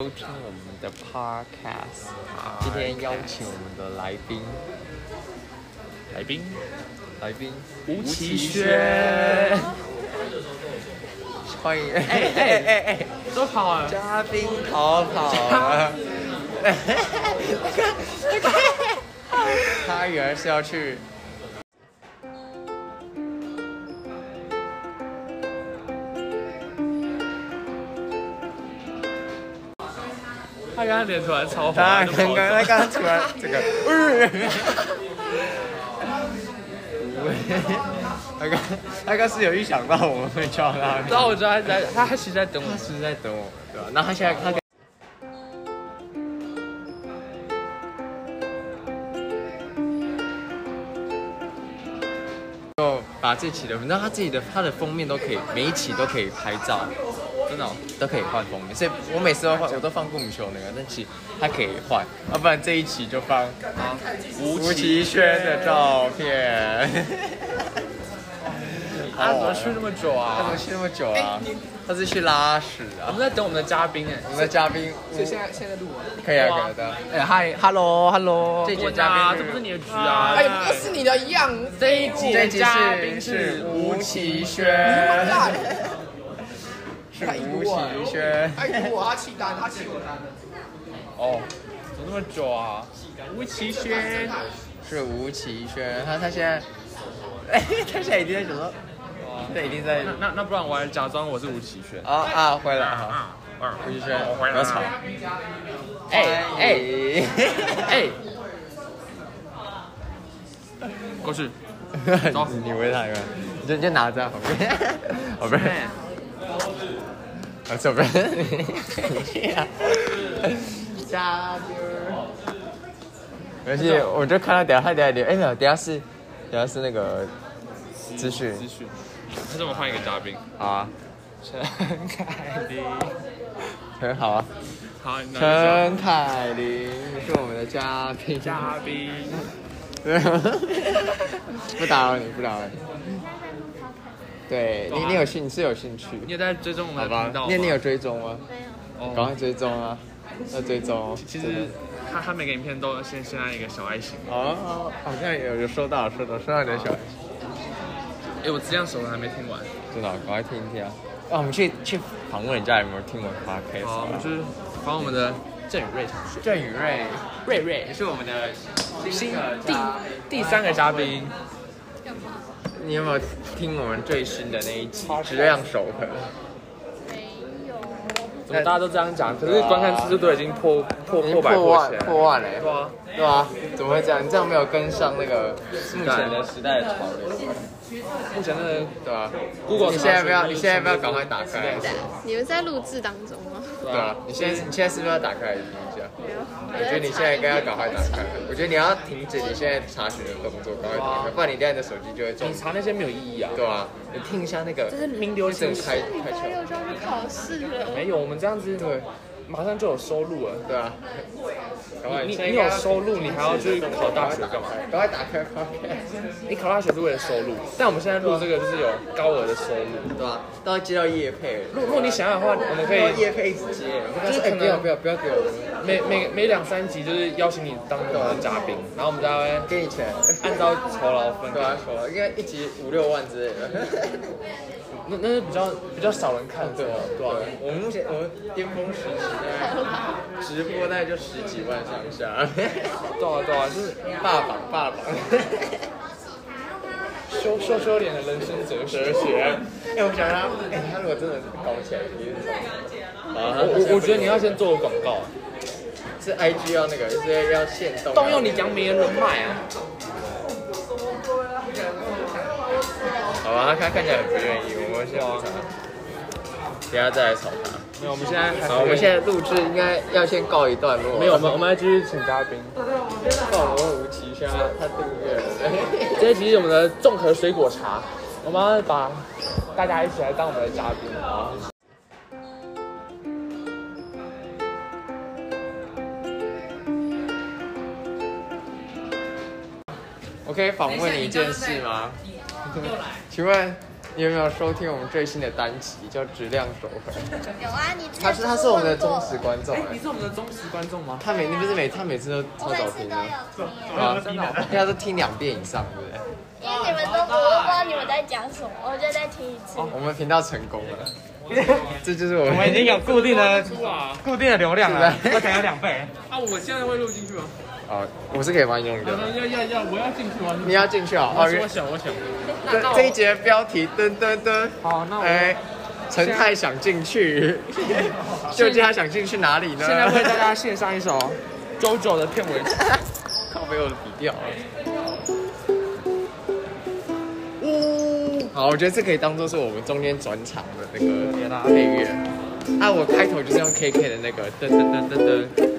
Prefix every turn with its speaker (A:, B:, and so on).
A: 收听我们的 podcast。今天邀请我们的来宾，
B: 来宾
A: 来宾
B: 吴奇轩，
A: 欢迎！哎哎哎哎，
B: 多好啊！
A: 嘉宾逃 跑了。他原来是要去。
B: 他刚刚脸突然超红，
A: 他
B: 就跑
A: 哎刚刚
B: 走
A: 他刚刚突然这个，呃 他刚他刚是有预想到我们会叫他，
B: 然后我知道他在，他他其实在等
A: 他
B: 我。
A: 是在等我们，对吧？然后他现在他就把这期的，你知道他自己的他的封面都可以，每一期都可以拍照，真的、哦、都可以换封面。所以我每次都换，我都放顾米修那个，但其实他可以换，要、不然这一期就放啊吴奇轩的照片。哦
B: 他怎么去那么久
A: 他怎
B: 啊
A: 么？去那么久啊？他是去拉屎
B: 我
A: 啊！
B: 们在等我们的嘉宾哎
A: 我。们的嘉宾嗯
C: 所以现在现在录完了。
A: 可以啊，可以的。
C: 哎嗨，hello hello，
A: 这集
B: 问
A: 嘉
B: 啊，
A: 宾
B: 这不是你的局啊！
C: 哎，不是你的一样，
B: 这一集
A: 这
B: 的
A: 一集
B: 嘉
A: 是
B: 宾是
A: 是
B: 啊
A: 吴奇轩，
C: 大人，
A: 是吴奇轩。
C: 哎，我他气单，他气我单了。
A: 哦，
B: 怎么那么久啊？吴奇轩，
A: 是吴奇轩，他他现在，哎，他现在一定在想说，他一定在
B: 那那那不然我还假装我是吴奇轩。
A: 啊啊，回来哈，
B: 啊，啊
A: 吴奇轩，
B: 我
A: 不
B: 回来
A: 要吵
B: 了。。
A: 哎哎
B: 哎，过去。
A: 哎， 你回来了，你就你就拿着，啊好 不是？好不是？
B: 哎
A: 啊，这不是？加油！而且我就看到等下他等下留，哎没有，等下是等下是那个资讯
B: 资讯。还是我们换一个嘉宾？
A: 好啊，
B: 陈凯琳。
A: 很好啊。
B: 好，你来
A: 陈凯琳是我们的嘉宾，
B: 嘉宾。
A: 不打扰你，不打扰你。对你，你有兴，你是有兴趣，
B: 你也在追踪我们
A: 好
B: 的
A: 吧
B: 频道？吗？
A: 你你有追踪吗？赶
B: 哦，
A: 快追踪啊，要追踪哦。
B: 其
A: 真的
B: 实他他每个影片都先先按一个小爱心。
A: 哦，好像有有收到，收到，收到你的小，
B: 哎，我这样手还没听完。
A: 真的，赶快听一听啊！啊，我们去去访问人家有没有听我的 podcast？
B: 好，我们就是帮我们的郑宇瑞同学，
A: 郑宇瑞，
B: 瑞瑞
A: 也是我们的新
B: 第第三个嘉宾，
A: 你有没有听我们最新的那一集《质量守恒》？
B: 怎么大家都这样讲？可是观看次数都已经破破
A: 已
B: 破
A: 经
B: 百
A: 破
B: 破
A: 万
B: 千，
A: 破万嘞、
B: 对啊，
A: 对啊，怎么会这样？你这样没有跟 上那个目前的时代的潮流，
B: 目前的
A: 对啊
B: Google
A: 你现在不要，你现在不要赶快打开，
D: 你们在录制当中吗？
B: 对
A: 对啊，你现在你现在是不是要打开来听一下？
D: 没有。
A: 我
D: 我
A: 觉得你现在应该要赶快打开，我觉得你要停止你现在查询的动作，赶快打开，不然你等下你的手机就会中
B: 你。查那些没有意义啊。
A: 对啊，你听一下那个，
B: 是名流
A: 正开
D: 礼
A: 开
D: 拜
A: 窍，
D: 六就啊要去考试了。
B: 啊没有，我们这样子
A: 对
B: 马上就有收入了。
A: 对啊，赶快，
B: 你
A: 现在
B: 你
A: 应该
B: 有
A: 要
B: 收入，你还要去考大学干嘛？
A: 赶快打开 podcast，
B: 你考大学是为了收入，但我们现在录这个就是有高额的收入。
A: 对啊，都要接到夜配了。
B: 如如果你想要的话，我们可
A: 要
B: 以
A: 夜配一直接，
B: 就是可能
A: 不要不要不要给
E: 啊
A: 我，
B: 每每每两三集就是邀请你当我们的嘉宾，然后我们再会
A: 给你钱。
B: 按照酬劳分
A: 对
B: 给你。
A: 啊，说应该一集五六万之类的。
B: 那那是比较比较少人看
A: 对
B: 的
A: 啊，，
B: 对吧？
A: 我们目前我们巅峰时期大概直播大概就十几万上下，
B: 对啊，对啊，就是
A: 霸榜霸 榜。
B: 羞羞羞脸的人生哲学。
A: 哲学，
E: 啊
A: 哎、我想他，哎、他如果真的搞起来，你是什么啊
B: 我我我觉得你要先做个广告，
A: 是 IG 要那个，就是要限动，
B: 动用你扬名人脉啊。
A: 好吧，他看看起来很不愿意，我们先不吵他，等下再来吵他。
B: 没有，我们现在还
A: 好，我们现在录制应该要先告一段落。
B: 没有，我们我们还继续请嘉宾。
A: 告我吴奇轩，他订阅了。
B: 这一集是我们的综合水果茶，我们要把大家一起来当我们的嘉宾啊。
A: 我可以访问你一件事吗？ 请问你有没有收听我们最新的单集叫《质量守恒》？
F: 有啊，你之前
A: 他是他是我们的忠实观众、哎
B: 是我们的忠实观众吗？
A: 他每天不是每他每次都
F: 我
A: 超
F: 每
A: 早
F: 次
A: 听
F: 都
A: 的，
F: 有听
A: 啊，
F: 耶，
A: 真的哦，他都听两遍以上，对不对？
F: 因为你们都不会不知道你们在讲什么，我就再听一次。
A: 我们频道成功了，这就是我
E: 我们已经有固定的
B: 哇！
E: 固定的流量了，
A: 是吧
E: 而且有两倍。
B: 啊，我现在会录进去吗？
A: 哦，我是可以帮你用的。
B: 要要要，我要进去吗？
A: 你要进去哦，哦，
B: 我想我想，
A: 这这一节标题噔噔噔，
E: 好，那我
A: 哎，陈太想进去，究竟他想进去哪里呢？
E: 现在为大家献上一首
B: 周九的片尾曲。
A: 靠被我的笔掉了。好，我觉得这可以当做是我们中间转场的那个配乐。啊，我开头就是用 KK 的那个噔噔噔噔噔，